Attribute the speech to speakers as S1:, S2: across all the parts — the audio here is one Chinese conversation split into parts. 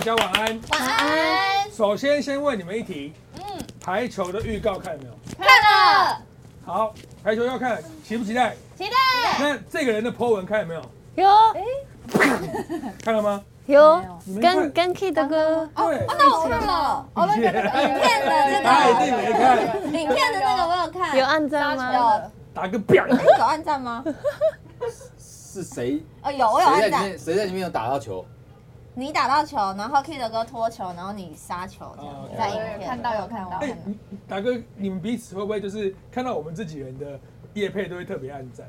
S1: 家晚安。
S2: 晚安。
S1: 首先先问你们一题，嗯，排球的预告看没有？
S2: 看了，
S1: 好，排球要看，期不期待？
S2: 期待。
S1: 那这个人的 po 文看了没有？
S3: 有
S1: 看了吗？
S3: 有
S1: 你没
S3: 跟
S1: 看
S3: 跟 Kid 的歌，
S1: 对，
S4: 哦
S2: 那我看了，我们看那个影片的
S1: 他一
S2: 那
S1: 定没看，
S2: 个，影片的那个我有看，
S3: 有按赞吗？
S2: 有
S1: 打个啪。
S2: 有按赞吗？
S5: 是谁？
S2: 哦，有我有
S5: 谁在
S2: 按
S5: 里
S2: 赞。
S5: 面？谁在里面有打到球？
S2: 你打到球，然后 Kid 哥拖球，然后你杀球，这
S1: 哦
S2: 样在影片
S6: 看到有看到
S1: 哎，你打哥，你们彼此会不会就是看到我们自己人的叶配都会特别暗赞？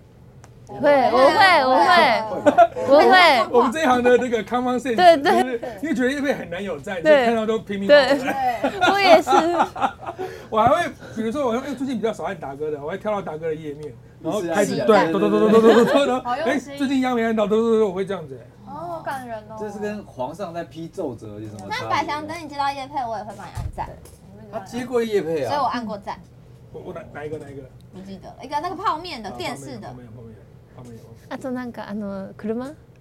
S3: 会，我会，我会，我会，
S1: 我们这一行的那个 common sense，
S3: 对对
S1: 就是因为觉得叶配很难有赞，所
S3: 对
S1: 以看到都拼命打过来。
S3: 我也是。
S1: 我还会，比如说我哎最近比较少按达哥的，我会跳到达哥的页面，然后
S5: 是啊
S1: 开始
S5: 是啊
S1: 对，嘟嘟嘟嘟嘟嘟嘟嘟，然后
S6: 好用
S1: 哎
S6: 心
S1: 最近央没按到，嘟嘟嘟嘟，我会这样子。哎
S6: 哦，好感人哦。
S5: 这是跟皇上在批奏折有什么差别？
S2: 那百祥，等你接到叶配，我也会帮你按赞，
S5: 他接过叶配
S2: 所以我
S5: 啊，
S2: 按过赞，
S1: 我我哪哪一个哪一个？
S2: 不记得了一个那个泡面
S6: 呃
S2: 的
S1: 啊
S2: 电视的
S1: 旁，边有旁边有旁边有旁边有
S3: あとなんかあの車？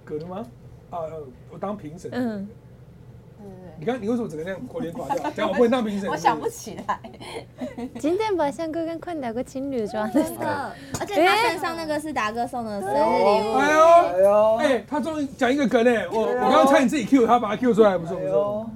S1: 可能吗？啊，呃我当评审。
S3: 嗯，
S1: 你刚你为什么整个那样口脸垮 掉？讲我不能当评审。
S6: 我想不起来。
S3: 今天把香哥跟宽带个情侣装です。
S5: 嗯
S2: 而且他身上那个是达哥送的生
S4: 嗯
S2: 日礼物，
S1: 哎呦，
S5: 哎呦，
S1: 哎，他终于讲一个梗哎，我我刚刚差点自己 Q 他，把他 Q 出来，不错不
S5: 哎
S1: 错。
S5: 呦，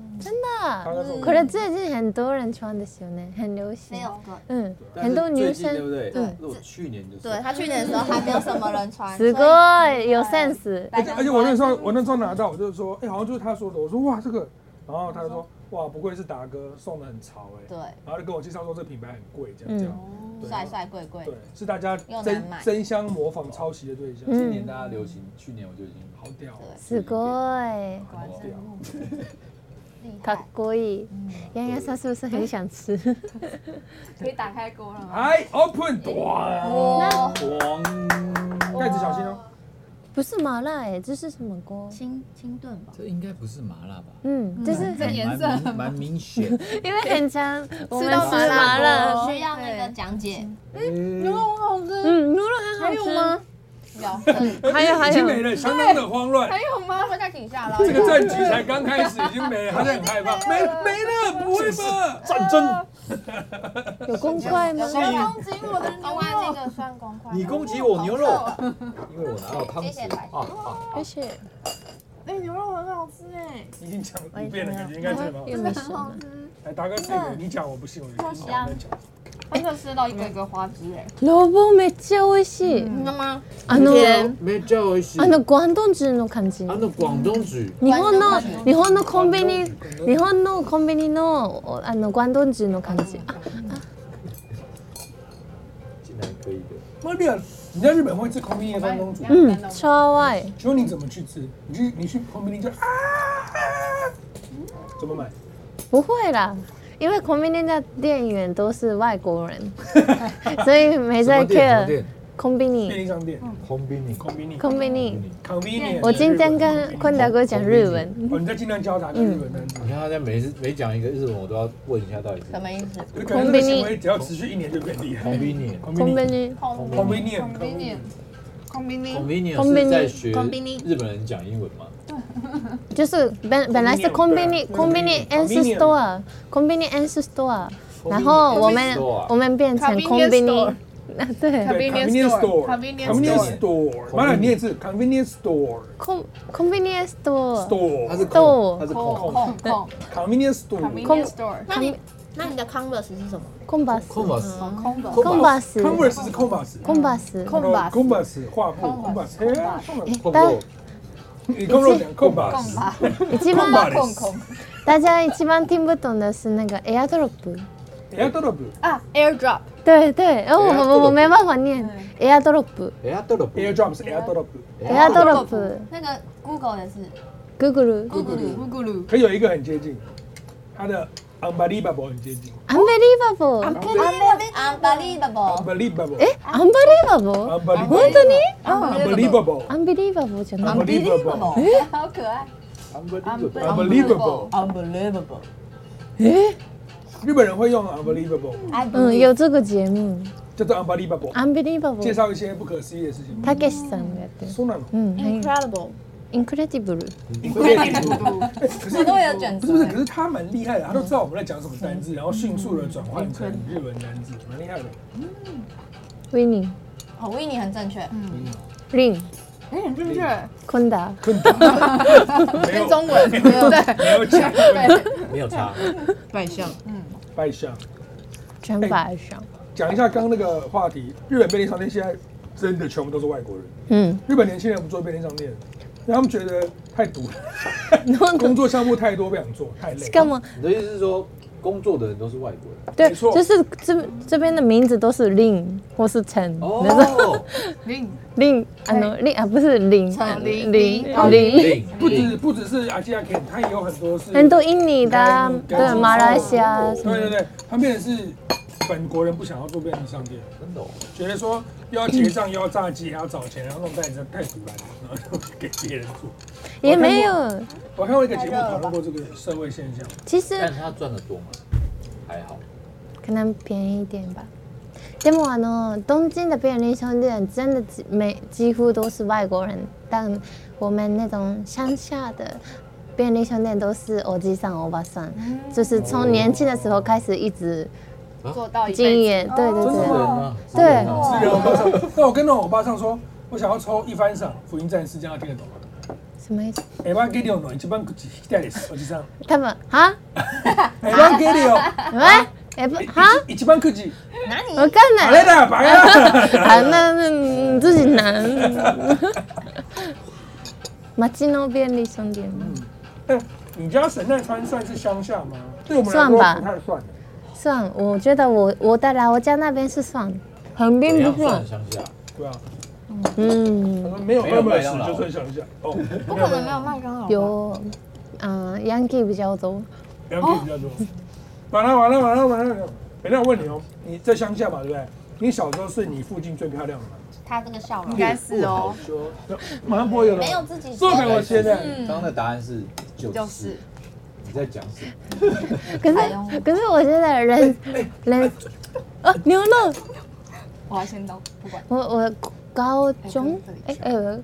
S1: 他那种
S3: これ最近很多人穿ですよね，很流行
S2: 没。有哥。
S3: 嗯，
S5: 但是
S3: 很多女
S5: 最近对
S3: 生。
S5: 不对？哦
S3: 对
S5: 那我去年就是。
S2: 对他去年的时候还没有什么人穿，
S3: すご
S2: 所
S3: い有センス。
S1: 而且而且我那时候我那时候拿到，我就说，哎、好像就是他说的。我说哇这个，然后他就说哇不愧是达哥送的很潮哎、
S2: 以嗯对哦
S1: 然后就跟我介绍说这个品牌很贵这
S3: 嗯
S1: 样这样，
S6: 哦
S1: 对啊
S2: 帅帅贵贵
S1: 对，是大家
S2: 又
S1: 争
S2: 难买
S1: 争相模仿抄袭的对象，
S3: 嗯
S5: 今年大家流行，去年我就已经
S1: 好屌哦、
S3: すごい，
S5: 好屌。
S2: 厉
S3: かっ
S2: 害。
S3: こいい。洋洋さん是不是很想吃？
S6: 可以打开锅了吗？
S1: 哎 open 咣，
S2: 哇，
S5: 黄
S1: 盖子小心哦、
S3: 不是麻辣哎，这是什么锅？
S2: 清清炖吧，
S5: 这应该不是麻辣吧？
S3: 嗯，就是
S6: 这
S3: 很
S6: 颜色很
S5: 蛮明显。
S3: 因为很常我们
S6: 到
S3: 吃
S6: 麻辣
S3: 麻辣，
S4: 哦
S2: 需要那个讲解。
S5: 嗯，
S6: 好吃。
S3: 嗯，牛肉很好吃？？
S2: 有，
S3: 还有还
S1: 已经没
S3: 有，
S1: 了，相当的慌乱。
S6: 有吗？会在底下了。
S1: 这个战局才刚开始，已经没了，他现在很害怕，没没了，不会吧？
S5: 战争，
S3: 有公筷吗？
S6: 攻击我的牛肉，这个算公筷。
S5: 你攻击我牛肉，因为我拿到汤
S2: 谢谢
S5: 匙
S2: 白
S5: 啊啊！
S3: 而且
S6: 哎，牛肉很好吃哎。
S1: 已经讲五遍了，感觉应该这吧？
S3: 又没什么。
S1: 来，达哥，这个你讲我不信，我就你讲。
S6: 真的吃到一个一个花枝哎。
S3: 萝卜めっちゃ美味しい。
S2: 真的吗？
S3: あの
S5: めっちゃ美味しい
S3: あの关東汁の感じ。
S5: の啊广东汁，
S3: 日本の
S2: 关東汁
S3: 日本のコンビニ日本のコンビニのおあの关東汁の感じ。あ
S5: 竟然可以的。
S1: 妈的，你在日本会吃空冰夜关东煮？
S5: 嗯
S3: うん、超愛。
S1: 请问你怎么去吃？你去你去空冰就啊，怎么买？
S3: 不会啦。因为 convenience 的店员都是外国人，所以没在 care。
S1: 便
S3: convenience
S1: 利商店，
S6: 嗯
S5: 空冰你
S1: 空冰
S3: convenience。
S1: convenient。
S3: 我今天跟坤达嗯哥讲日文，
S1: 哦，你在尽量教他日文单词。
S5: 你看他在每次每讲一个日文，我都要问一下到底是
S2: 什么意思？
S1: 可能这个行为只要持续一年就变厉害。
S5: convenient。
S3: convenience
S6: 空
S1: convenient，convenient，
S5: convenient
S3: Convenient
S5: 是在学
S2: Convenient
S5: 日本人讲英文吗？
S1: 嗯
S3: 就是本本来是
S1: Convenience，
S3: convenience
S1: 对
S3: convenience
S1: Convenience
S3: store convenience store，然后我们
S5: Convenience store
S3: 我们变成 convenience，对
S1: 对
S6: Convenience store
S1: store，convenience store，完了你也是 convenience store，store，
S3: con convenience store
S5: 他是
S3: 豆
S5: 空，他是
S6: 空
S5: 空
S6: 空空
S1: convenience store。
S6: ，convenience store，
S2: 那你那你的 Converse 是什么？
S5: 空
S3: converse
S5: 吧是
S6: 空的。
S3: converse
S1: Converse 是 Converse。
S3: converse，
S1: Converse 画布，Converse，哎
S5: 空不？
S1: 你跟我讲 Converse，
S3: 一番
S1: 空
S3: 大家一番听不懂的是那个 airdrop，
S1: Airdrop，Airdrop
S6: 啊，airdrop，
S3: 对对，哦我
S5: Airdrop
S3: 我我没办法念 airdrop
S5: 哎呀，对了，
S1: 是 Airdrop。
S5: 哎
S3: airdrop
S2: 那个 Google 也是
S3: Google
S2: Google
S6: 咕咕噜。
S1: 可有一个很接近，它的 unbelievable 很接近
S3: unbelievable，
S4: 啊
S2: Unbelievable，
S1: ，unbelievable，
S3: 哎 unbelievable，本当に
S1: unbelievable，unbelievable，unbelievable，
S3: unbelievable じゃない。
S1: 아,
S2: Unbelievable，
S6: 好可爱。
S5: unbelievable，
S6: Unbelievable，
S3: え
S1: 日本人会用 unbelievable，
S2: 嗯
S3: うん、有这个节目
S1: 叫做 unbelievable，介
S3: 어, ，Unbelievable，
S1: 绍一些不可思议的事情。
S3: たけしさんがやってる。
S1: そうなの？
S3: うん、はい。
S6: incredible，
S3: incredible，
S1: 哎可
S2: 我
S1: 是
S2: 都有卷
S1: 不
S2: 舌
S1: 是不是，可是他蛮厉害的，他都知道我们在讲什么单字，然后迅速的转换成日文单字，蛮厉害的。
S3: winning
S2: 哦，维尼很正确，
S3: ring
S6: 哎，很正确，
S3: konda
S1: 没有
S6: 跟中 文对
S1: 没有讲
S5: 没有差，
S6: 百项，
S1: 拜相。
S3: 全白上，
S1: 讲一下刚刚那个话题，日本便利商店现在真的全部都是外国人，
S3: 嗯，
S1: 日本年轻人不做便利商店，因为他们觉得太堵了，工作项目太多不想做，太累。
S3: 干嘛？
S5: 你的意思是说工作的人都是外国人？
S3: 对，
S1: 没错
S3: 就是这这边的名字都是 Lin 或是陈，
S5: 어?
S3: 那种
S5: 哦，
S6: 零
S3: Lin 啊 no Lin 啊不是 Lin
S2: 陈
S3: 啊
S6: 林
S3: Lin
S5: 아,
S6: 哦
S3: Lin，
S1: 不止不只是啊阿基亚 Ken，他也有很多是
S3: 很多印尼的啊，
S1: 该
S3: 对，马来西亚什么
S1: 对对对，他们变成是本国人不想要做便利商店，
S5: 真的哦，
S1: 觉得说又要结账又要炸鸡，还要找钱，然后弄袋子太腐败了，然后就给别人做。
S3: 也没有。
S1: 我看过一个节目讨论过这个社会现象，
S3: 其实
S5: 但他赚的多吗？还好，
S3: 可能便宜一点吧。でもあの东京的便利商店真的几每几乎都是外国人，但我们那种乡下的便利商店都是おじさんおばさん，就是从年轻的时候开始一直
S6: 做到一
S3: 经
S6: 辈子，
S3: 营，对对
S1: 真
S5: 是
S1: 的
S5: 人
S1: 吗
S3: 对，对
S5: 啊，是人啊
S1: 是人欧巴桑。那我跟那种欧巴桑说，我想要抽一番赏福音战士，这样他听得懂吗？
S3: 什么意思？
S1: エヴァンゲリオンの一番口左です。おじさん。
S3: 他们啊，
S1: エヴァンゲリオン。
S3: 喂，哎不哈，
S1: 一番口左。
S2: 哪里？
S3: 我看
S1: あ
S3: 了
S1: れだ、バカ。
S3: 啊，那那你自己拿。 町の便利商店吗？
S1: 哎你家神奈川算是乡下吗？对我们来
S3: 算吧
S1: 说不太算。
S3: 算，我觉得我我的老家那边是算，横
S5: 怎
S3: 滨
S5: 样
S3: 不算
S5: 算。乡下？
S1: 对啊，
S3: 嗯
S1: 他，说没有
S5: 没有麦
S1: 史
S5: 当劳
S1: 就算乡下。哦，
S6: 不可能没有麦当劳吧，
S3: 有，嗯、y a n k e e 比较多。
S1: 两比比较多。完了完了完了完了！哎，那我问你哦，你在乡下嘛，对不对？你小时候是你附近最漂亮的吗？
S2: 他这个笑容
S6: 应该是哦，
S5: 说，
S1: 马上播一个了。
S2: 没有自己
S1: 做给我现在。
S5: 刚刚的答案是就
S6: 就是
S5: 是，你在讲什么？
S3: 可
S2: 哎呦
S3: 是，可是我觉得人，
S6: 哎
S3: 人，啊，牛肉，
S6: 我要先到，不管，
S3: 我我高中，
S6: 哎
S3: 哎呃，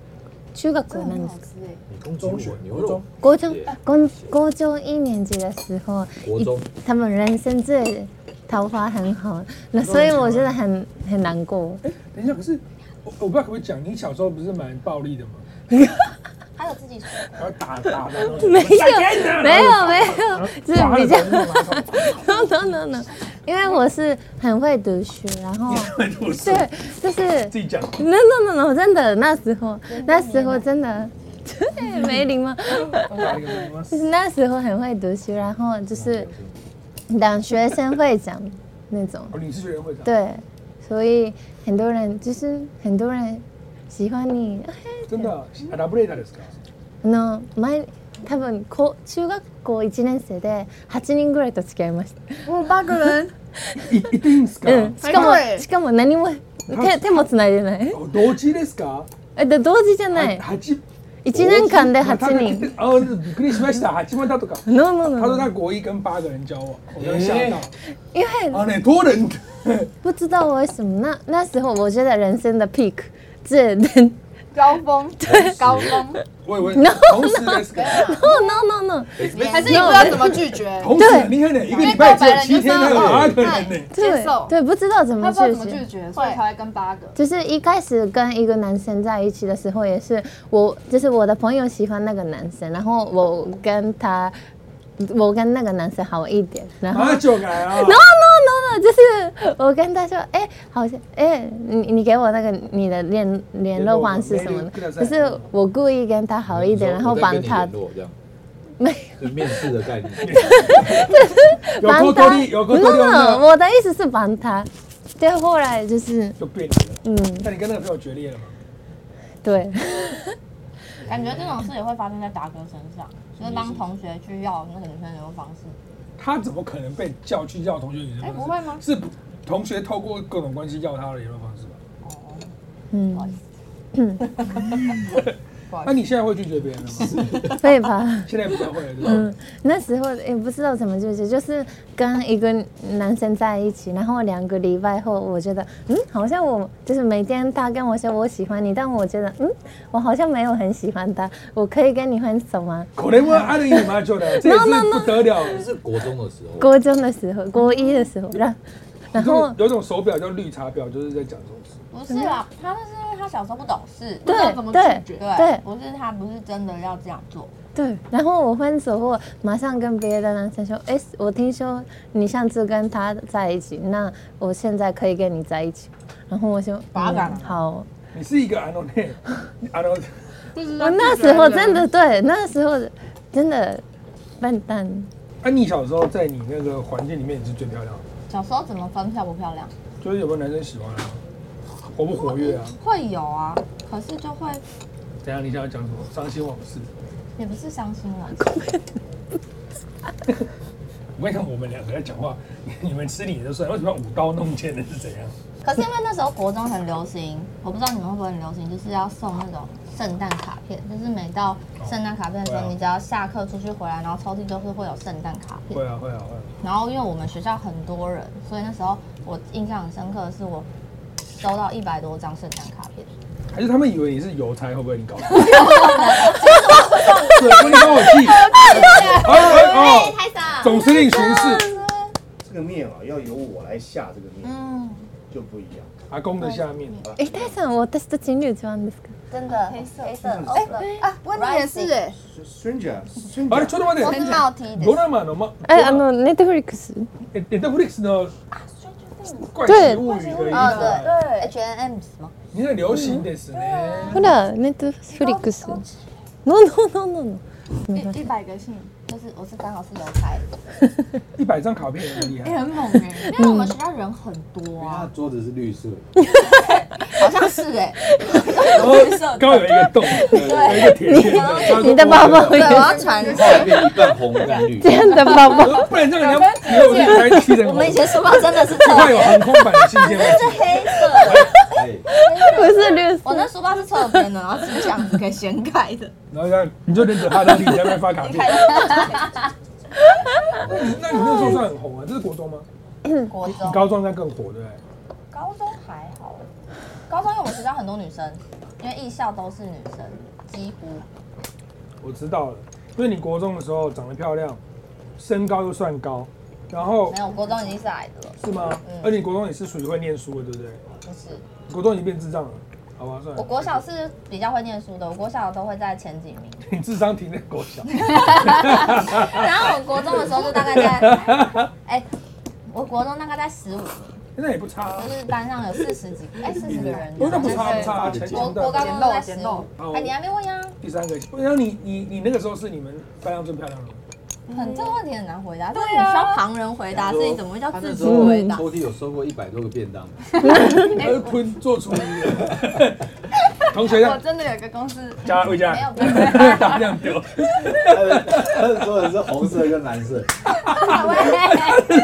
S3: 中学
S6: 真的
S3: なん
S6: 很
S3: で
S6: 好
S3: す。
S6: 吃哎，
S5: 你攻击我牛肉，
S3: 高中高高中一年级的时候，
S5: 国中
S3: 一他们人生最桃花很好，那所以我觉得很很难过。
S1: 哎，等一下，可是我我不知道可不可以讲，你小时候不是蛮暴力的吗？
S2: 他有自己说，
S1: 然后打打的。
S3: 没有，没有，没有，就是比较 no no no no，因 为我是很会读书，然后对，就是
S1: 自己讲，
S3: no no no no，真的那时候那时候真的。对， 没礼貌。就是那时候很会读书，然后就是当学生会长那种。
S1: 哦，你是学生会长，
S3: 对，所以很多人就是很多人喜欢你。
S1: 真的。あラブレーダーですか？
S3: あの前多分こう中学校1年生で8人ぐらいと付き合いました。
S6: 我八个人，
S1: い一定ですか？
S3: うん、しか
S6: すご
S3: も
S6: い
S3: しかも何も手手もつないでない。
S1: お哦同時ですか？
S3: えで同時じゃない。
S1: 八
S3: 1年間で8人。。
S1: 哦，びっくりしました。八万だとか。
S3: No no
S4: 嗯
S1: 他说
S3: no。
S1: 他国一跟八个人交往，我刚吓到。
S3: 因为
S1: 啊，那多人，
S3: 不知道为什么那那时候我觉得人生的 peak 这 no
S6: 高峰，高峰，
S1: 我以 为同时ですか？
S3: no no no。
S6: 还是你不知道怎么拒绝，哎
S1: 同时很厉害呢，一个礼拜只有七天，还有八个人呢。
S3: 对
S6: 接受
S3: 对，不知道怎么
S6: 他不知道
S3: 拒
S6: 怎
S3: 绝
S6: 么拒。绝，所以才会跟八个，
S3: 就是一开始跟一个男生在一起的时候，也是我，就是我的朋友喜欢那个男生，然后我跟他，我跟那个男生好一点，然后。
S1: 马九改啊
S3: No！no no no，就是我跟他说，哎、好像，哎、你你给我那个你的联联络方式什么
S1: 联络
S3: 的，
S1: 方式
S3: 就是我故意跟他好一点，然后
S5: 我在跟
S3: 帮
S5: 你
S3: 他
S5: 联，络这样，
S3: 没
S5: 就面试的 概念。
S1: 有够多力，有够多力
S3: no
S1: 呢
S3: no，，我的意思是帮他，对，后来就是，
S1: 就变你了。
S3: 嗯，
S1: 那你跟那个朋友决裂了吗？
S3: 对，
S2: 感觉这种事也会发生在达哥身上，就是当同学去要那个女生联络方式，
S1: 他怎么可能被叫去要同学联络？
S6: 哎不会吗
S1: 是同学透过各种关系要他的联络方式吧？
S3: 嗯。
S4: 不好
S1: 那
S4: 意思。
S1: 你现在会拒绝别 人了吗？
S3: 会吧？
S1: 现在比较会了，对吧？
S3: 嗯，那时候也不知道怎么拒绝，就是跟一个男生在一起，然后两个礼拜后，我觉得，嗯，好像我就是每天他跟我说我喜欢你，但我觉得，嗯，我好像没有很喜欢他，我可以跟你分手吗？
S1: 可能我阿玲姨妈做的，这也是不得了。
S5: 是国中的时候，
S3: 国中的时候，国一的时候，然然后
S1: 有种手表叫绿茶婊，就是在讲这种事。
S4: 不是啦，他那是因为他小时候不懂事。
S6: 不知道
S3: 对
S6: 怎么
S3: 对
S6: 拒绝
S4: 对，不是他不是真的要这样做。
S3: 对，然后我分手后，马上跟别的男生说：“哎，我听说你上次跟他在一起，那我现在可以跟你在一起。”然后我就嗯
S4: 把他赶了
S3: 好。
S1: 你是一个阿诺 内，阿诺
S6: 就是
S3: 我那时候真的对，那时候真的笨蛋。
S1: 那啊你小时候在你那个环境里面你是最漂亮的，
S4: 小时候怎么分漂不漂亮？
S1: 就是有没有男生喜欢啊？活不活跃啊？
S4: 会有啊，可是就会
S1: 怎样？你想要讲什么伤心往事？
S4: 也不是伤心啊了。
S1: 我跟你讲，我们两个在讲话， 你们吃你的算，为什么要舞刀弄剑的是怎样？
S4: 可是因为那时候国中很流行，我不知道你们会不会很流行，就是要送那种圣诞卡片，就是每到圣诞卡片的
S1: 哦
S4: 时候，
S1: 对啊
S4: 你只要下课出去回来，然后抽屉就是会有圣诞卡片
S1: 会。啊会啊会啊！
S4: 然后因为我们学校很多人，所以那时候我印象很深刻的是我收到一百多张圣诞卡片。
S1: 还是他们以为你是邮差，会不会你搞错？对，不你帮我寄。哦哦，
S4: 太傻。
S1: 总司令巡视，
S7: 这个面啊，要由我来下这个面
S4: 嗯，
S7: 就不一样。
S1: 阿公的下面。
S3: 哎，戴上我的是情侣装的。
S4: 真的黑色黑色哦，
S6: 啊，温妮也是
S1: あ
S6: 哎，
S1: れ
S7: Stranger，Stranger，
S1: ちょっと待っ
S4: 我
S1: て
S4: 哎是帽 T 的
S1: ド。ラマのま
S3: 哎，あの Netflix。
S1: え哎 Netflix の怪奇物语的一
S4: 哦，对
S1: 个，
S4: ，H N M H&M 什么？
S1: 你在流行ですね。
S3: ほら Netflix。No no no no no。
S6: 一一百个姓，
S4: 就是我是刚好是邮差，
S1: 一百张卡片也很厉
S6: 也
S1: 害，
S6: 很猛哎。
S4: 因为我们学校人很多
S5: 因为他
S4: 啊，
S5: 桌子是绿色的，
S4: 好像是哎。
S1: 然后刚好有一个洞，有一个铁线的。
S3: 你的包包
S4: 对，我要传。
S5: 后来变一半红一半绿。
S3: 这样的包包。
S1: 不然这样人家以为我是开七人
S4: 我
S1: 红，
S4: 们以前书包真的是这
S1: 怕有
S4: 样，
S1: 航空版的新鲜问题。
S4: 黑色。
S5: 哎，
S3: 不是绿色
S4: 我。那书包是侧边的，然后是这样子可以掀开的。
S1: 然后让你就连着哈德利在那边发卡片。那你那你那时候算很红啊？这是国中吗？
S4: 国中
S1: 你、高中应该更火对不对？
S4: 高中还好，高中因为我们学校很多女生，因为艺校都是女生，几乎。
S1: 我知道了，所以你国中的时候长得漂亮，身高又算高，然后
S4: 没有，国中已经是矮的了，
S1: 是吗？而且你国中也是属于会念书的，对不对？
S4: 不是。
S1: 你国中已经变智障了，好吧，算了。
S4: 我国小是比较会念书的，我国小都会在前几 名。
S1: 你智商停在国小，
S4: 然后我国中的时候就大概在，哎、我国中大概在十五名，
S1: 那也不差啊
S4: 就。是班上有四十几，哎、四十个人。
S1: 那不差不差，前
S4: 国
S1: 前
S4: 国高
S1: 代。
S4: 中都在十五。哎、你还没问呀、
S1: 第三个，我想你你你那个时候是你们班上最漂亮的吗，
S2: 嗯
S4: 很这个问题很难回答，这
S2: 啊
S4: 个你需要旁人回答，所以怎么叫
S5: 他
S4: 自
S5: 那
S4: 己
S5: 时候
S4: 回答？
S5: 抽屉有收过一百多个便当，
S4: 哎
S1: 而坤做出一个 同学
S6: 我
S1: 让
S6: 真的有一个公司，
S1: 加回家
S4: 没有，没有，
S1: 大量丢，
S5: 他的桌子是红色跟蓝 色，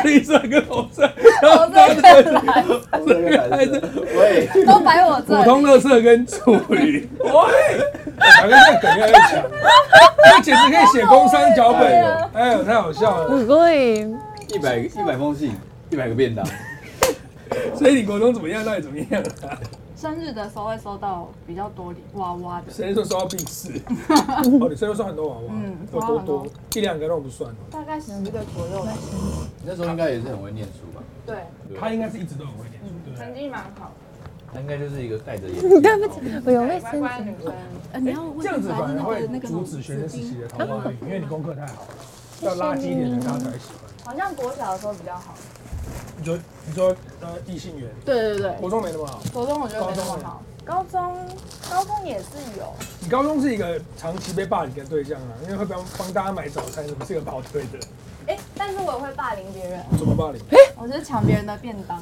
S1: 绿色跟红色，然后那个
S5: 红色跟蓝色。喂，
S6: 都摆我
S1: 普
S6: 这里。
S1: 通乐色跟处哎女， 喂，反正这梗越来越强，这简直可以写工商脚本，
S4: 啊
S1: 哎呦，太好笑了。
S3: すごい。
S5: 一百一百封信，一百个便当，
S1: 所以你国中怎么样？到底怎么样啊？
S6: 生日的时候会收到比较多礼娃娃的，
S1: 生日时候收到屁事， 哦，你生日收很多娃娃，
S6: 嗯
S1: 我
S6: 收到
S1: 多
S6: 很
S1: 多
S6: 多
S1: 一两个那我不算哦，
S6: 大概十个左右吧。
S5: 你那时候应该也是很会念书吧？
S6: 对，
S5: 对吧
S1: 他应该是一直都很会
S6: 嗯
S1: 念书，对不对
S6: 成？绩蛮好，
S5: 他应该就是一个戴着眼镜，对不起，
S3: 我有卫
S6: 乖
S3: 生
S6: 乖的
S3: 纸。
S6: 女生。
S1: 这样子反而会阻止学生时期的桃花 运，因为你功课太好了，要垃圾一点的大家才会喜欢。
S6: 好像国小的时候比较好。
S1: 你说你说呃异性缘，
S6: 对对对，
S1: 国中没那么好，
S6: 国中我觉得没那么好，高中高中也是有，
S1: 你高中是一个长期被霸凌的对象啊，因为会帮帮大家买早餐，什么是个跑腿的，
S6: 哎，但是我也会霸凌别人，
S1: 怎么霸凌？
S6: 我就是抢别人的便当。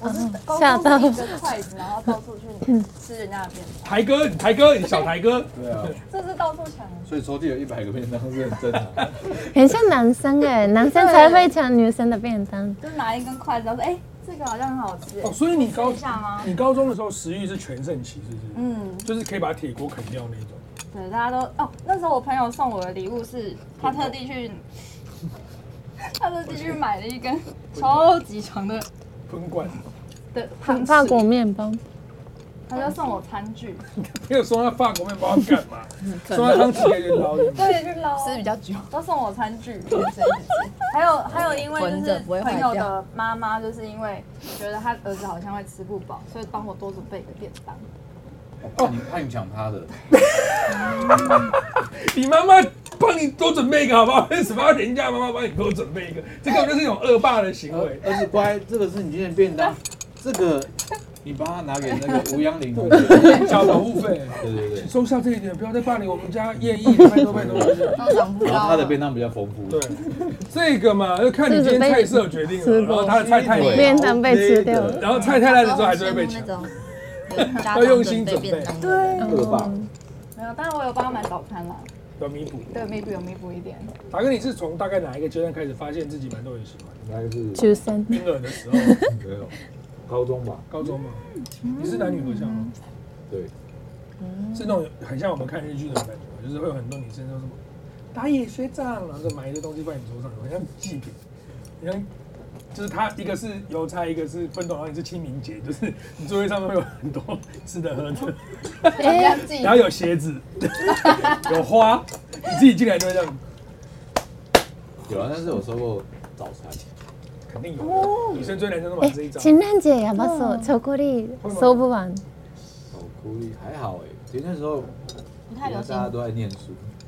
S6: 我是高
S3: 吓到
S6: 中是一个筷子，然后到处去吃人家的便 当，
S1: 台哥，你台哥，你小台 哥，
S5: 对啊，
S6: 这是到处抢。
S5: 所以抽屉有一百个便当是很正常 的。
S3: 很像男生哎、男生才会抢女生的便当。
S6: 就拿一根筷子，然后说：“哎、这这个好像很好吃
S1: 哦，。所以你高
S6: 试一下啊吗
S1: 你高中的时候食欲是全盛期，是不是？
S6: 嗯，
S1: 就是可以把铁锅啃掉那种。
S6: 对，大家都哦。那时候我朋友送我的礼物是，他特地去， 他特地去买了一根超级长的
S1: 喷罐，
S6: 的糖
S3: 法
S6: 匙
S3: 国面包，
S6: 他就送我餐具，
S1: 没有送他法国面包干嘛？送他当体验人捞你。
S6: 对，去捞，
S4: 吃比较久，
S6: 都送我餐具。还有还有，因为
S4: 囤
S6: 就
S4: 着
S6: 是
S4: 不会坏
S6: 朋
S4: 掉
S6: 友的妈妈，就是因为觉得他儿子好像会吃不饱，所以帮我多准备一个便当。
S5: 哦
S8: 怕你怕你抢他的，
S1: 你妈妈帮你多准备一个好不好？为什么要人家妈妈帮你多准备一个？这根本就是一种恶霸的行为。
S8: 儿子乖，这个是你今天的便当，这个你帮他拿给那个吴央林同学。
S5: 嗯
S1: 交保护费，
S8: 对对对，
S1: 收下这一点，不要再霸凌我们家叶毅了，拜托拜托。拜托
S2: 都哦长不
S8: 然后
S2: 高
S8: 他的
S2: 了。
S8: 便当比较丰富。
S1: 对，这个嘛，就看你今天菜色决定了。然后他的菜太
S2: 对
S1: 美，
S3: 面糖被吃掉了。
S1: 然后菜太烂的时候还是会被
S2: 那
S1: 抢。
S2: 种 有家
S1: 要用
S2: 长
S1: 心
S2: 准备
S1: 准
S2: 便
S1: 备
S2: 当的人，
S6: 对，
S5: 恶霸。
S6: 没有，但是我有帮他买早餐啦，
S1: 要弥补。
S6: 对，弥补有弥补一点。
S1: 达哥，你是从大概哪一个阶段开始发现自己蛮多人喜欢？
S5: 应该
S3: 初
S5: 是
S3: 三，
S1: 婴儿的时候，
S5: 没有高中吧？
S1: 高中 吗？你是男女合校吗？
S5: 对，
S1: 是那种很像我们看日剧那种感觉吗，就是会有很多女生说什么打野学长，然后就买一堆东西放你桌上，很像祭品，很像。就是他一个是邮差，一个是分董，然后一个是清明节，就是你座位上面会有很多吃的喝的，
S6: 哎
S2: 人家自己
S1: 然后有鞋子， 有花，你自己进来就会这样，
S8: 有啊，但是我收过早餐，
S1: 肯定
S6: 哦
S1: 有。女生追男生都买
S3: 哎
S1: 这一，招，
S3: 情人节要不要收？巧克力收不完，
S8: 好苦力还好哎，其实那时候
S2: 不太
S8: 大
S2: 流行
S8: 家都在念书，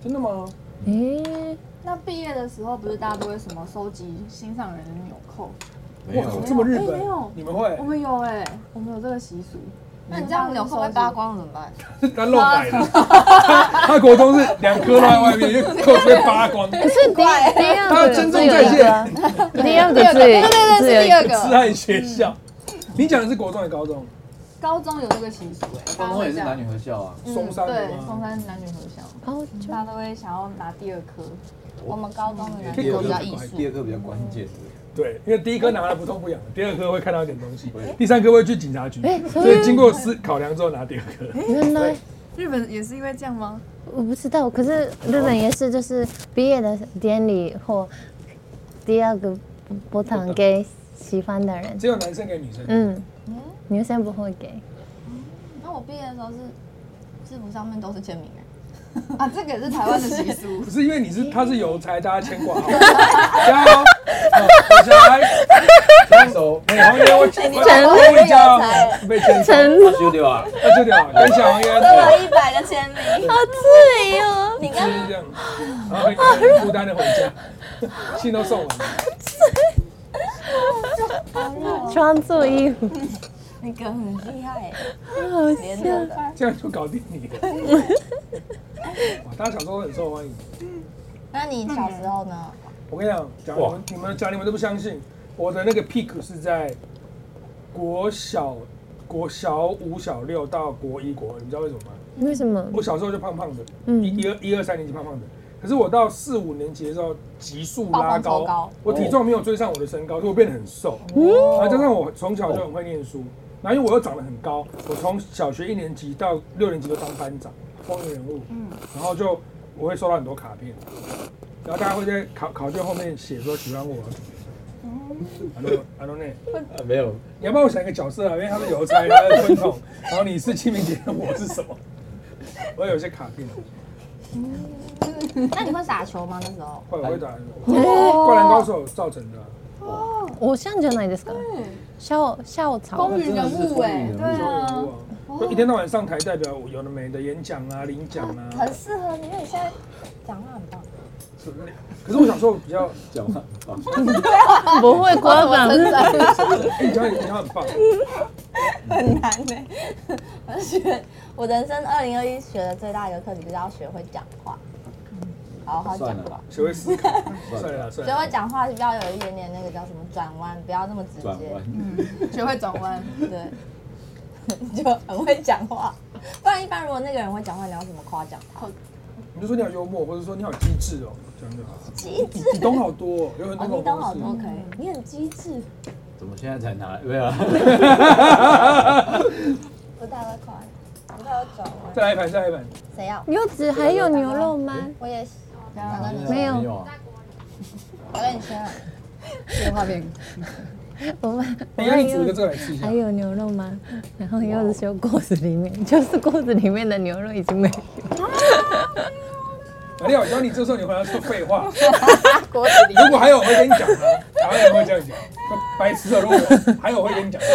S1: 真的吗？
S3: 诶，
S6: 那毕业的时候，不是大家都会什么收集心上人的纽扣？
S8: 没
S1: 哇
S8: 有，
S1: 这么日
S6: 哎没有
S1: 本，你们会
S6: 我？们有哎、我们有这个习俗。
S2: 那你这样纽扣被扒光了怎么办？
S1: 他漏奶了，他国中是两颗落在外面，就扣子被扒 光。
S3: 可是第第二
S1: 他
S3: 个
S1: 珍重
S3: 只有
S1: 再
S3: 一个啊，第二个只有
S6: 对哦对对，
S3: 只有
S6: 是
S3: 一
S6: 第二
S3: 个，
S1: 痴
S6: 个。
S1: 汉学校。你讲的是国中还是高中？
S6: 高中有这个习俗哎、大
S8: 高中也
S6: 家会
S8: 是
S6: 这
S8: 男
S6: 样。嗯
S8: 女合校啊。
S1: 松山的
S6: 对，
S1: 吗
S6: 松？山男女合校，
S3: 哦，就
S6: 大家都会想要拿第二颗。
S2: 我们高中的
S4: 嗯
S2: 男
S8: 第
S2: 生都
S8: 二
S2: 比较
S8: 个
S2: 艺
S8: 第
S2: 术，
S8: 二个比较关键，
S1: 对，因为第一颗拿了不痛不痒，第二颗会看到一点东西，第三颗会去警察局，
S3: 哎
S1: 所以经过思考量之后拿第二颗。
S3: 原来
S4: 日本也是因为这样吗？
S3: 我不知道，可是日本也是，就是毕业的典礼或第二个波糖给喜欢的人，
S1: 只有男生给女生，
S3: 嗯，女生不会给，
S2: 那我毕业的时候是制服上面都是签名哎。
S6: 啊，这个也是台湾的习俗。
S1: 不是因为你是他是邮差，大家牵 挂好，加油，哦我是 来，
S8: 那时候
S1: 哎黄爷我我回家哦，被牵走，
S3: 真
S8: 他就掉啊，
S1: 那就掉，跟小黄爷
S4: 都有一百个签名，
S3: 对哟，
S4: 你刚
S1: 就是啊这样，然后很孤单的回家，信都送完了。
S3: 穿错衣服，
S4: 那个很厉害，
S3: 好
S4: 连
S3: 笑。
S4: 着的，
S1: 这样就搞定你了。哇，大家小时候很受欢迎。
S2: 那你小时候呢？
S1: 我跟你讲，讲你
S8: 哇
S1: 们你们讲你们都不相信，我的那个 peak 是在国小国小五小六到国一国二，你知道为什么吗？
S3: 为什么？
S1: 我小时候就胖胖的，
S3: 嗯
S1: 一一二一二三年级胖胖的。可是我到四五年级的时候，急速拉
S2: 暴
S1: 高，
S2: 风超高
S1: 我体重没有追上我的身高，所以我变得很瘦。然后加上我从小就很会念书，然后因为我又长得很高，我从小学一年级到六年级都当班长，风云人物。
S2: 嗯
S1: 然后就我会收到很多卡片，然后大家会在考考卷后面写说喜欢我。啊
S2: 哦
S1: 阿诺阿诺内，
S8: 啊 没有，
S1: 你要帮我想一个角色啊，因为他是邮差，他是昆虫，然后你是清明节，我是什么？我有一些卡片，
S2: 那你会打球吗？那时候？
S1: 怪我会打人，灌篮高手造成的啊。
S3: 偶像じゃないですか？校校草
S6: 公，
S8: 真
S6: 园
S8: 的
S6: 人
S8: 是
S6: 物
S8: 风云
S6: 哎、
S8: 人物
S6: 对
S1: 人
S6: 啊
S1: 物，啊，就一天到晚上台代表有的没的演讲啊、领奖啊
S4: 很。适合你，因为你现在讲话很棒。
S1: 是不是可是我小时候比较，
S8: 讲话啊
S3: 不会国本。
S1: 哎你讲你讲很棒，
S4: 很难呢、我学我人生二零二一学的最大一个课题就是要学会讲话，好好讲
S8: 算
S4: 话
S8: 了。
S1: 学会思考，算了啦算
S4: 学
S1: 了
S4: 会讲话是啊要有一点点那个叫什么转弯，不要那么直
S8: 转
S4: 接
S8: 弯。，
S6: 学会转弯。
S4: 对， 你就很会讲话。不然一般如果那个人会讲话，你要怎么夸奖他？
S1: 啦，你就说你好幽默，或者说你好机智哦，这样就好。
S4: 机智，
S1: 你懂好多哦，有很
S4: 哦
S1: 多
S4: 你
S1: 种
S4: 懂
S1: 方
S4: 好
S1: 式。
S4: 多可以，你很机智。
S8: 怎么现在才拿？没有啊，
S4: 不太会快，不太会转弯。
S1: 再来一盘，再来一盘。
S4: 谁要？
S3: 柚子还有牛肉吗？
S4: 我也是，反
S5: 嗯
S4: 正你，
S3: 没有
S8: 没有啊，
S4: 反正你先啊。
S9: 电话变
S3: 我们我
S1: 等一下
S3: 们
S1: 哎你煮
S3: 柚
S1: 一个
S3: 子
S1: 这个来吃一下
S3: 还。有牛肉吗？然后柚子说锅子里面就是锅子里面的牛肉已经没有，
S1: 马丽，我教啊你这时候你回来说废话。
S9: 锅子里
S1: 如果还有，我会跟你讲啊。台湾人会这样讲，说白痴哦。如果还有，我会跟你讲。啊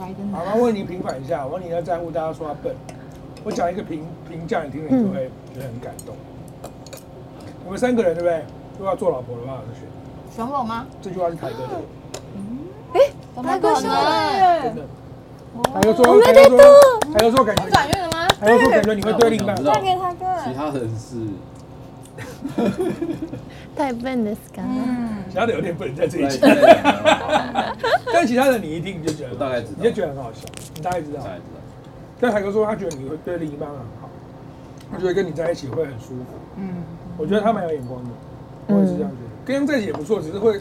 S9: 来跟
S1: 好，那问你平反一下，我你要在乎大家说他笨。我讲一个评评价，你听了你就会觉得很感动。我们三个人对不对？如果要做老婆的话，就选
S2: 选我吗？
S1: 这句话是凯哥的，
S2: 怎么可能？
S1: 真的。凯哥说，凯哥说，凯哥说感觉，
S6: 转运了吗？
S1: 凯哥说感觉你会对另一半
S8: 我。想知
S6: 给
S8: 道
S6: 他
S8: 其
S6: 个，
S8: 他人是
S3: 太笨的 s c a
S1: 其他的有点不能在这
S8: 在
S1: 里
S8: 在
S1: 讲，
S8: 两个啊
S1: 但其他的你一听你就觉得，
S8: 我大概知道
S1: 你就觉得很好笑，你大概知道。
S8: 才知道
S1: 但海哥说他觉得你会对另一半很好，他觉得跟你在一起会很舒服。
S9: 嗯，
S1: 我觉得他蛮有眼光的，我也是这样觉得。跟他在一起也不错，只是会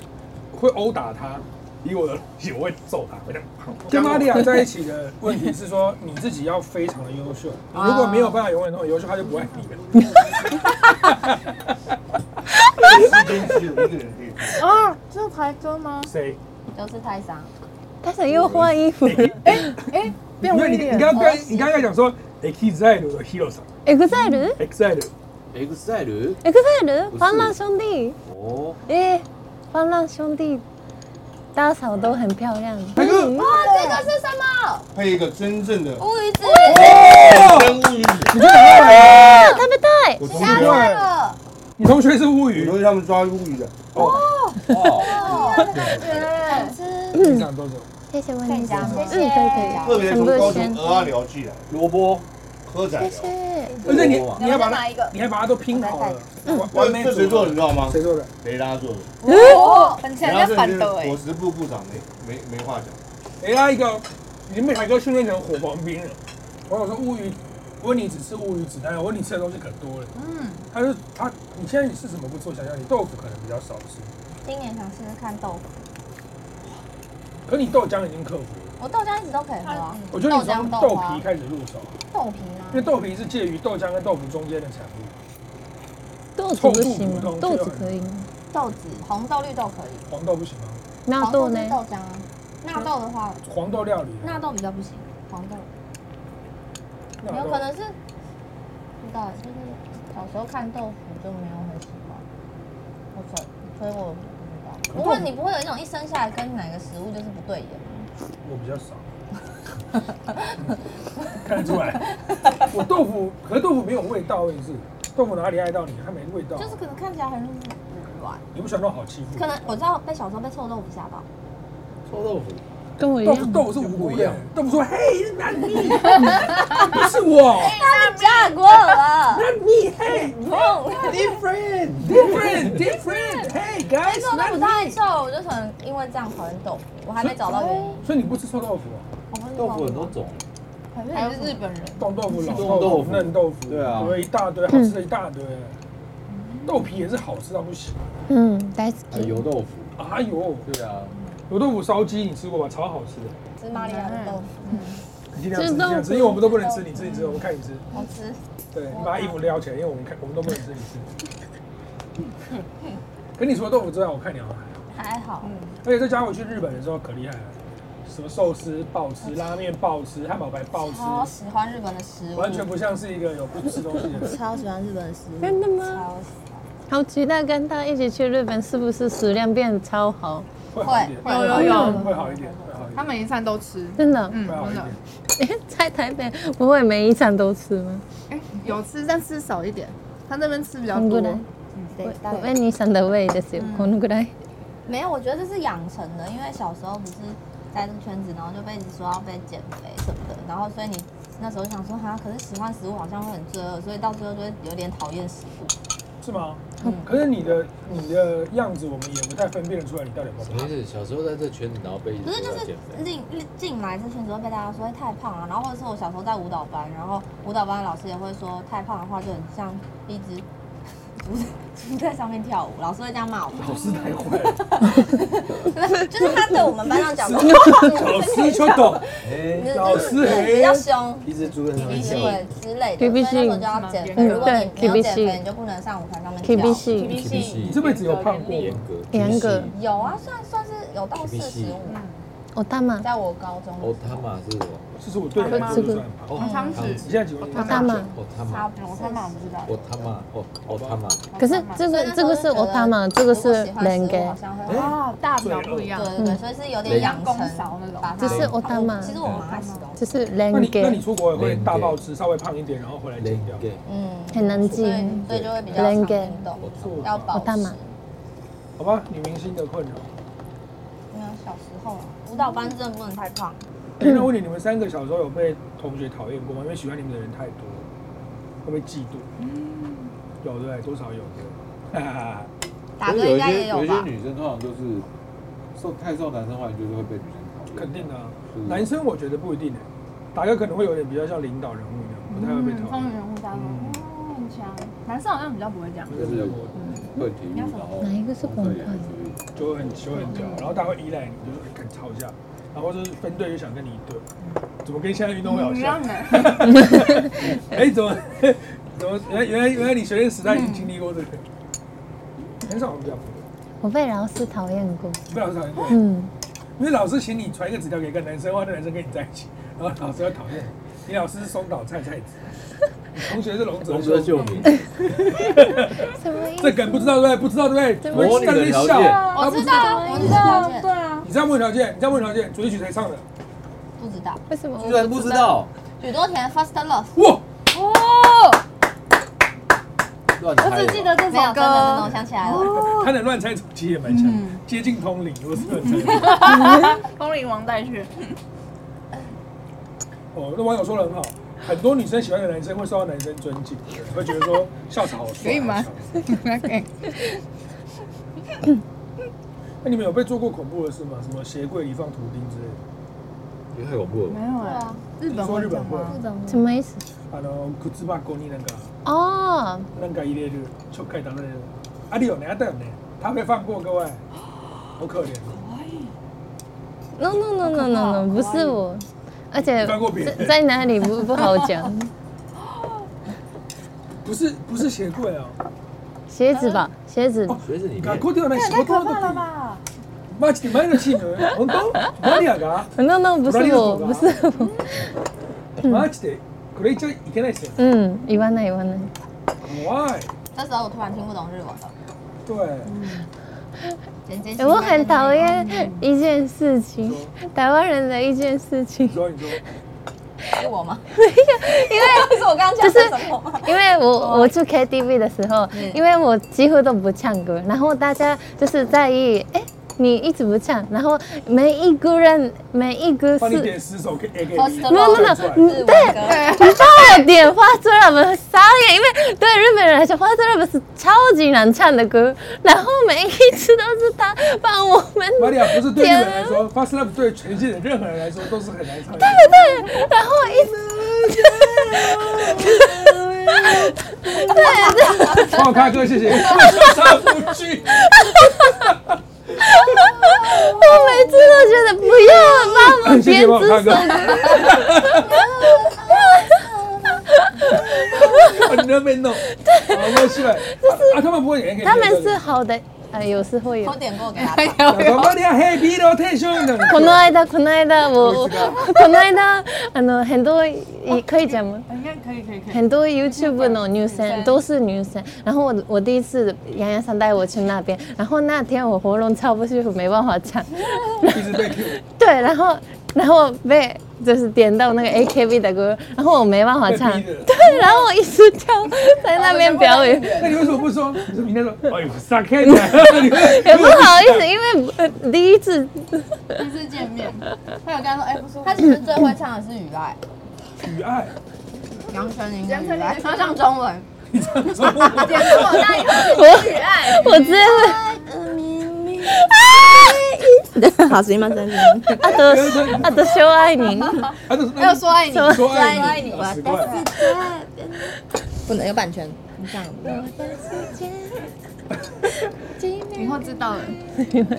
S1: 会殴打他，以我的 理解我会揍他。会这样 跟玛利亚在一起的 问题是说，你自己要非常的优秀，你如果没有办法永远那么优秀，他就不爱你了。
S7: 时间只有一个人可以看。
S6: 啊，这是台哥吗？
S1: 谁？
S2: 就是泰山，
S4: 啊
S3: 他想又换衣服了。
S1: 因为你你刚刚跟你刚刚讲说，exile 的 hero 上
S3: EXILE
S1: ，exile
S8: 哎 EXILE
S3: EXILE
S8: 不是
S3: 防狼兄弟，
S8: 哦，
S3: 哎，防狼兄弟大嫂都很漂亮。
S1: 海哥，
S4: 这个是什么？
S7: 配一个真正的
S4: 乌鱼子，
S7: 真物语，
S1: 你去哪来的？
S3: 食べたい。
S7: 我同
S4: 加
S7: 学，
S4: 菜了，
S1: 你同学是乌
S7: 我
S1: 鱼
S7: 同，学他们抓物语的，
S8: 哦
S4: 好吃。
S1: 你想多久？
S3: 谢谢温妮姐。
S4: 吗
S3: 嗯，可以可
S7: 特别从高雄
S3: 很多
S7: 鹅啊聊起来，
S8: 萝卜
S7: 蚵仔啊
S3: 以。谢
S7: 寮，
S3: 谢。
S1: 而且你你要把
S4: 我再拿一
S1: 它
S4: 个
S1: 你还把它都拼好了，完完美
S7: 这谁做的你知道吗？
S1: 谁做的？
S7: 雷拉做的，
S6: 哦，很强
S7: 雷拉
S6: 人家
S7: 这里
S6: 反
S7: 是
S6: 的哎
S7: 伙，食部部长，没没没话讲。
S1: 给他一个，已经被凯哥训练成火防兵了。我想说乌鱼，我问你只吃乌鱼子，但是我问你吃的东西可多了。嗯，他就他，你现在你吃什么不错？想想你豆腐可能比较少吃，
S4: 今年想试试看豆腐，
S1: 可你豆浆已经克服了。
S4: 我豆浆一直都可以喝啊。
S1: 我觉得你从
S4: 豆
S1: 豆
S4: 浆
S1: 皮开始入手，啊
S4: 豆皮
S1: 因为
S4: 吗？
S1: 豆皮是介于豆浆跟豆腐中间的产物，
S3: 豆子不行吗？豆子可以吗？
S4: 豆子，红豆、绿豆可以。
S1: 黄豆不行吗？
S3: 纳
S4: 黄
S3: 豆
S4: 豆
S3: 呢
S4: 是？豆浆啊，纳豆的话，
S1: 黄豆料理啊，
S4: 纳豆比较不行，黄豆。
S1: 那
S4: 有可能是，不知道，就是小时候看豆腐就没有很喜欢，我所所以我不知道。不过你不会有一种一生下来跟哪个食物就是不对 眼吗？
S1: 我比较少，看得出来。我豆腐，可是豆腐没有味道，问题是豆腐哪里爱到你？它没味道啊，
S4: 就是可能看起来很软，
S1: 你不喜欢那种好欺负的。
S4: 可能我知道被小时候被臭豆腐吓 到，
S8: 臭豆腐，
S3: 跟我一
S1: 豆腐
S3: 样。
S1: 豆腐是无
S8: 不
S1: 辜
S8: 一
S1: 的
S8: 样，
S1: 豆腐说：“嘿，那你不是我，
S4: 炸过了，
S1: 那你嘿
S4: 痛。
S8: 哎
S1: ，different different，嘿
S4: 被
S1: guys，
S4: 臭豆
S1: 那
S4: 腐
S1: 你。
S4: 太臭，我就可能因为这样讨厌豆腐，我还没找到原因。”
S1: 所以你不吃臭豆腐啊？
S4: 我不是
S8: 豆腐很多种，
S4: 还
S9: 还有
S4: 有
S9: 日本人，
S1: 冻豆腐、老
S8: 冻
S1: 豆
S8: 豆
S1: 腐、
S8: 腐
S1: 嫩豆腐，
S8: 对啊
S1: 一大堆，好吃
S3: 嗯
S1: 的一大堆。豆皮也是好吃到不行。
S3: 嗯，大好
S8: 还有油豆腐，
S1: 哎呦，
S8: 对啊，
S1: 油豆腐烧鸡你吃过吧？超好吃的，
S4: 芝麻里亚的豆腐，
S1: 你尽量吃，
S3: 吃
S1: 尽量
S3: 豆
S1: 吃，
S3: 腐
S1: 因为我们都不能吃，你吃你吃，我们看你吃。
S4: 好吃。
S1: 对，你把它衣服撩起来，因为我们看我们都不能吃，你 吃。可你除了豆腐之外，我看你好像还好。
S4: 还好，
S9: 嗯
S1: 而且这家伙去日本的时候可厉害了，什么寿司爆吃，拉面爆吃，汉堡排爆
S4: 超
S1: 吃，
S4: 喜欢日本的食物，
S1: 完全不像是一个有不吃东西的人。
S9: 超喜欢日本食物。
S3: 真的吗？
S4: 超喜
S3: 好期待跟他一起去日本，是不是食量变超好？
S1: 会好一点，
S4: 会
S9: 有有有
S1: 会好一点，会好一
S9: 他
S1: 点，
S9: 每一餐都吃，
S3: 真的？
S9: 嗯，
S1: 会好一
S9: 真
S1: 点
S9: 的，。
S3: 在台北不会每一餐都吃吗？
S9: 哎，有吃但吃少一点，他那边吃比较
S3: こ
S9: 多
S3: んぐ。らい。
S6: 嗯
S4: 对，大
S3: 我为
S4: 概
S3: 你想的味ですよ。このぐらい。
S4: 没有，我觉得这是养成的，因为小时候不是在这个圈子，然后就被一直说要被减肥什么的，然后所以你那时候就想说哈，可是喜欢食物好像会很罪恶，所以到最后就会有点讨厌食物。
S1: 是吗？可是你的你的样子，我们也不太分辨得出来，你到底有
S8: 什
S1: 没
S8: 么
S1: 有
S8: 意思？小时候在这圈子，然后被一直
S4: 不是，就
S8: 说要
S4: 是
S8: 减肥，
S4: 进进来之前只会被大家说哎太胖了，然后或者是我小时候在舞蹈班，然后舞蹈班的老师也会说太胖的话就很像一只 不是不在 上面跳舞，老师会这样骂我们。
S1: 老师太坏了，
S4: 就是他对我们班上讲过，
S1: 老师就懂，
S5: 哎，
S1: 老师
S4: 比较凶，
S5: 一只猪的
S4: 脾气之类的，所以
S3: TBC
S4: 那时候就要减肥。
S3: 哎嗯
S4: 如果你没有减
S3: 对
S4: 肥，你就不能上舞台上面跳。
S3: ，TBC
S5: 你
S1: 你这辈子有胖过
S5: 严
S1: 吗？
S5: 格
S3: 严格
S4: 有啊，算算是有到四十五，
S3: 我大妈，
S4: 在我高中
S5: 哦，他妈是什么？
S1: 其实我对人
S3: 这
S1: 就
S3: 个
S1: 算胖。
S5: 哦
S6: 我汤匙
S1: 你现在几公斤
S3: 我？大妈。
S5: 哦他
S4: 差不
S5: 妈，
S6: 嗯我
S4: 多
S6: 他妈不知道，
S5: 哦他妈，哦哦他妈，
S3: 可是这
S4: 所以
S3: 个
S4: 那时
S3: 这
S4: 候
S3: 个
S4: 就是觉
S3: 我
S4: 得
S3: 大妈，这个
S4: 如果
S3: 是
S4: 喜欢食
S3: 人
S4: 物
S3: 给
S4: 好，像会
S6: 哦，大小不一样
S4: 对，对对，所以是有点
S5: 雷
S4: 养
S6: 攻
S4: 成
S6: 勺那种
S3: 嗯
S4: 把它哦
S3: 这是我大妈，
S4: 其实我蛮爱吃东西，
S3: 这是
S1: 那
S3: 人
S1: 你那你
S3: 给，
S1: 出国也会大爆吃，稍微胖一点，然后回来减掉。
S5: 给
S4: 嗯，
S3: 很难记
S4: 所。以所以就会比较常
S3: 人给
S4: 运动，
S5: 哦他妈，
S4: 要保
S3: 我大
S4: 持
S3: 妈。
S1: 好吧，女明星的困扰。
S4: 没有小时候啊，舞蹈班真的不能太胖。
S1: 哎那我问你，你们三个小时候有被同学讨厌过吗？因为喜欢你们的人太多，会不会嫉妒？有对，多少有的。哈哈哈
S4: 打
S8: 可
S4: 哥
S8: 是有
S4: 应
S8: 一
S4: 该
S8: 些
S4: 也
S8: 有一些
S4: 吧？
S8: 女生通常就是受太受男生欢迎，就是会被女生讨厌。
S1: 肯定的啊，
S8: 就是
S1: 男生我觉得不一定哎，打哥可能会有点比较像领导人物那样，嗯不太会被讨
S6: 风
S1: 厌。
S6: 云人物大哥，
S1: 嗯
S6: 哦，很强。男生好像比较不会这样，
S1: 就是
S8: 会体育，然后
S3: 哪一个是广
S8: 同
S3: 告
S8: 时也会
S1: 就会很就会很骄傲，然后大家会依赖你，就是哎敢吵一下，然后就是分队就想跟你一队，怎么跟现在运动会好
S6: 你
S1: 像
S6: 让？男
S1: 哎，怎么 怎么原来原来原来你学生时代已经经历过这个，很少人这样，
S3: 我被老师讨厌过，
S1: 不要讨厌过。
S3: 嗯，
S1: 因为老师请你传一个纸条给一个男生，哇，那男生跟你在一起，然后老师要讨厌你，你老师是松岛菜菜子，你同学是龙泽
S5: 龙哥
S1: 秀，
S5: 救你，
S3: 什么意思？
S1: 这梗不知道对不对？不知道对不对？
S5: 模拟
S1: 在那
S5: 的
S1: 边
S5: 条
S1: 笑，
S5: 件，
S1: 他不知道。
S6: 道，我知道，对啊，
S1: 你知道没有条件？你知道没有条件？主题曲谁唱的？
S4: 不知道。
S3: 为什么
S5: 居然不知道，
S4: 许多田 First Love
S1: 哇，
S6: 哦，我
S5: 乱猜
S6: 只记得
S5: 的。
S6: 这
S4: 没有
S6: 首
S4: 真的，真的我
S6: 歌，
S4: 想起来了。
S1: 他能乱猜主题也蛮强，
S9: 嗯
S1: 接近通灵，我是很真的。
S6: 风铃王带去，
S1: 哦，那网友说的很好，很多女生喜欢的男生会受到男生尊敬，会觉得说校草好啊
S9: 可
S1: 帅。
S9: 以吗
S1: 好强 那你们有被做过恐怖的事吗？什么鞋柜里放图钉之类的？
S5: 也太恐怖了，
S6: 有哎，
S9: 日本
S1: 说
S9: 会
S1: 日
S9: 讲
S1: 本会
S9: 吗？，
S3: 什么意思？
S1: あの靴箱になんか
S3: 哦，
S1: なんか入れるちょっかい食べる。あるよね、あったよね。食べ放过各位，好可怜。
S3: No no no no no no，不是我，而且
S1: 翻过别人
S3: 在在哪里不不好讲，
S1: 不是不是鞋柜哦，
S3: 鞋子吧，鞋子
S1: 哦
S5: 学子里面
S1: 学校ではない仕事の時。
S6: 吧？
S1: マジで前のチーム、本当？マリアが？
S3: ，no no 不是我，
S1: 哪里有
S3: 不是我，
S1: マジでこれ言っちゃいけないですよ。
S3: 嗯，言わない言わない，
S1: 怖い。
S4: 那时候我突然听不懂日文了。
S1: 对，
S4: 简简
S3: 哎我很讨厌一件事情，台湾人的一件事情
S1: 你，说你说，
S4: 是 我吗？没 有，因为是我刚刚讲
S3: 就是
S4: 的什么吗？
S3: 因为我我去 KTV 的时候，因为我几乎都不唱歌，然后大家就是在意，哎、你一直不唱，然后每一个人每一个
S1: 帮你
S3: 是
S1: 点十首给 A 给你。
S4: First
S3: 没有没有没有，
S1: Love
S3: 嗯对，你到了点花醉了，我傻眼，因为对日本人来说，花醉了是超级难唱的歌，然后每一次都是他帮我们
S1: 玛利亚不是对日本人来说，First Love 对全世界的任何人来说都是很难唱的。
S3: 对，然后一直。
S1: 帮我开歌，谢谢。插不去。
S3: 我每次都觉得不要帮我
S1: 谢谢
S3: 编
S1: 帮我
S3: 这
S1: 开
S3: 首
S1: 歌
S3: 歌。。
S1: 你那边弄，好，没事。啊，他们不会演，
S3: 他们是好的，呃，有时会有
S4: 我。点过给他看。
S1: マリアヘビロテーション
S3: この間この間我我この間あの呃很多可以讲吗？
S6: 应该可以，可以，可以。
S3: 很多 YouTube 的
S1: 嗯
S3: 女生都是女生，然后我我第一次洋洋上带我去那边，然后那天我喉咙超不舒服，没办法唱，
S1: 一直被 Q，
S3: 对，然后然后被就是点到那个 AKB 的歌，然后我没办法唱，
S1: 被逼的
S3: 对，然后我一直跳在啊那边表 演，
S1: 那你为什么不说？你说明天说，哎呦，撒开的。
S3: 也不好意思，因为呃第一次
S6: 第一次见面，他有跟他说，哎，不是，
S4: 他其实最会唱的是《雨爱
S1: 雨爱，》，
S4: 杨丞琳的《
S6: 杨
S4: 雨
S6: 丞琳
S4: 爱》，他唱中文。
S1: 你这样说我
S6: 点我那一
S3: 我我直接
S4: 好，随便真
S3: 会 啊都啊都秀爱你，
S1: 还有说爱你，说爱你，
S4: 不能有版权。
S2: 这样子。
S9: 以后知道了。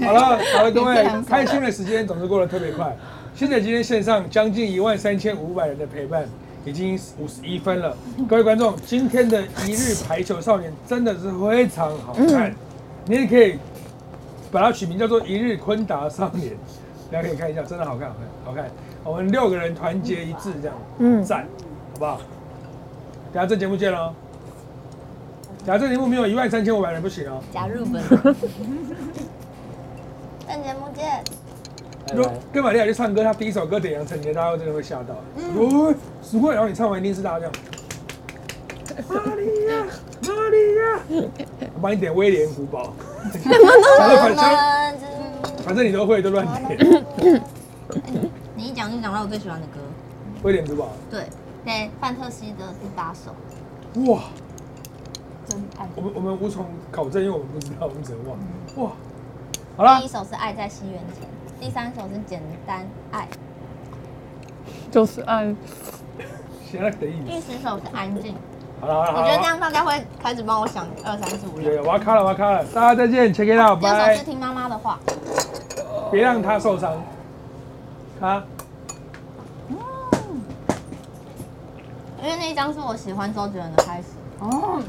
S1: 好了，好了，各位，开心的时间总是过得特别快。谢谢今天线上将近一万三千五百人的陪伴，已经五十一分了。各位观众，今天的一日排球少年真的是非常好看，你也可以把它取名叫做一日昆达少年，大家可以看一下，真的好看，好看，好看。我们六个人团结一致，这样，嗯，赞，好不好？等下这节目见喽。等下这节目没有一万三千五百人不行哦。
S4: 加入本。本节目见。
S1: 如果跟玛利亚去唱歌，她第一首歌点杨丞琳，大家真的会吓到。哦，死过，然后你唱完一定是大家这样。玛利亚，玛利亚，我帮你点威廉古堡。反正反正反正你都会，都乱点。
S4: 你一讲就讲到我最喜欢的歌，
S1: 威廉古堡，
S4: 对，对，范特西的第八首。
S1: 哇，
S6: 真爱。
S1: 我们我们无从考证，因为我们不知道，我们只能忘。哇，好啦
S4: 第一，首是《爱在西元前》，第三首是《简单爱
S3: 就是爱。
S1: 现在等》，你。
S4: 第十首是《安静》。
S1: 好了好了啊
S4: 我
S1: 好
S4: 觉得
S1: 了。
S4: 这样大家会开始帮我想二三四五
S1: 有
S4: 六。
S1: 有，我要卡了，我要卡了，大家再见，check it out，
S4: 第二首
S1: 拜
S4: 是，听妈妈的话，
S1: 别让他受伤。卡。
S4: 因为那一张是我喜欢周杰伦的开始。
S6: 哦，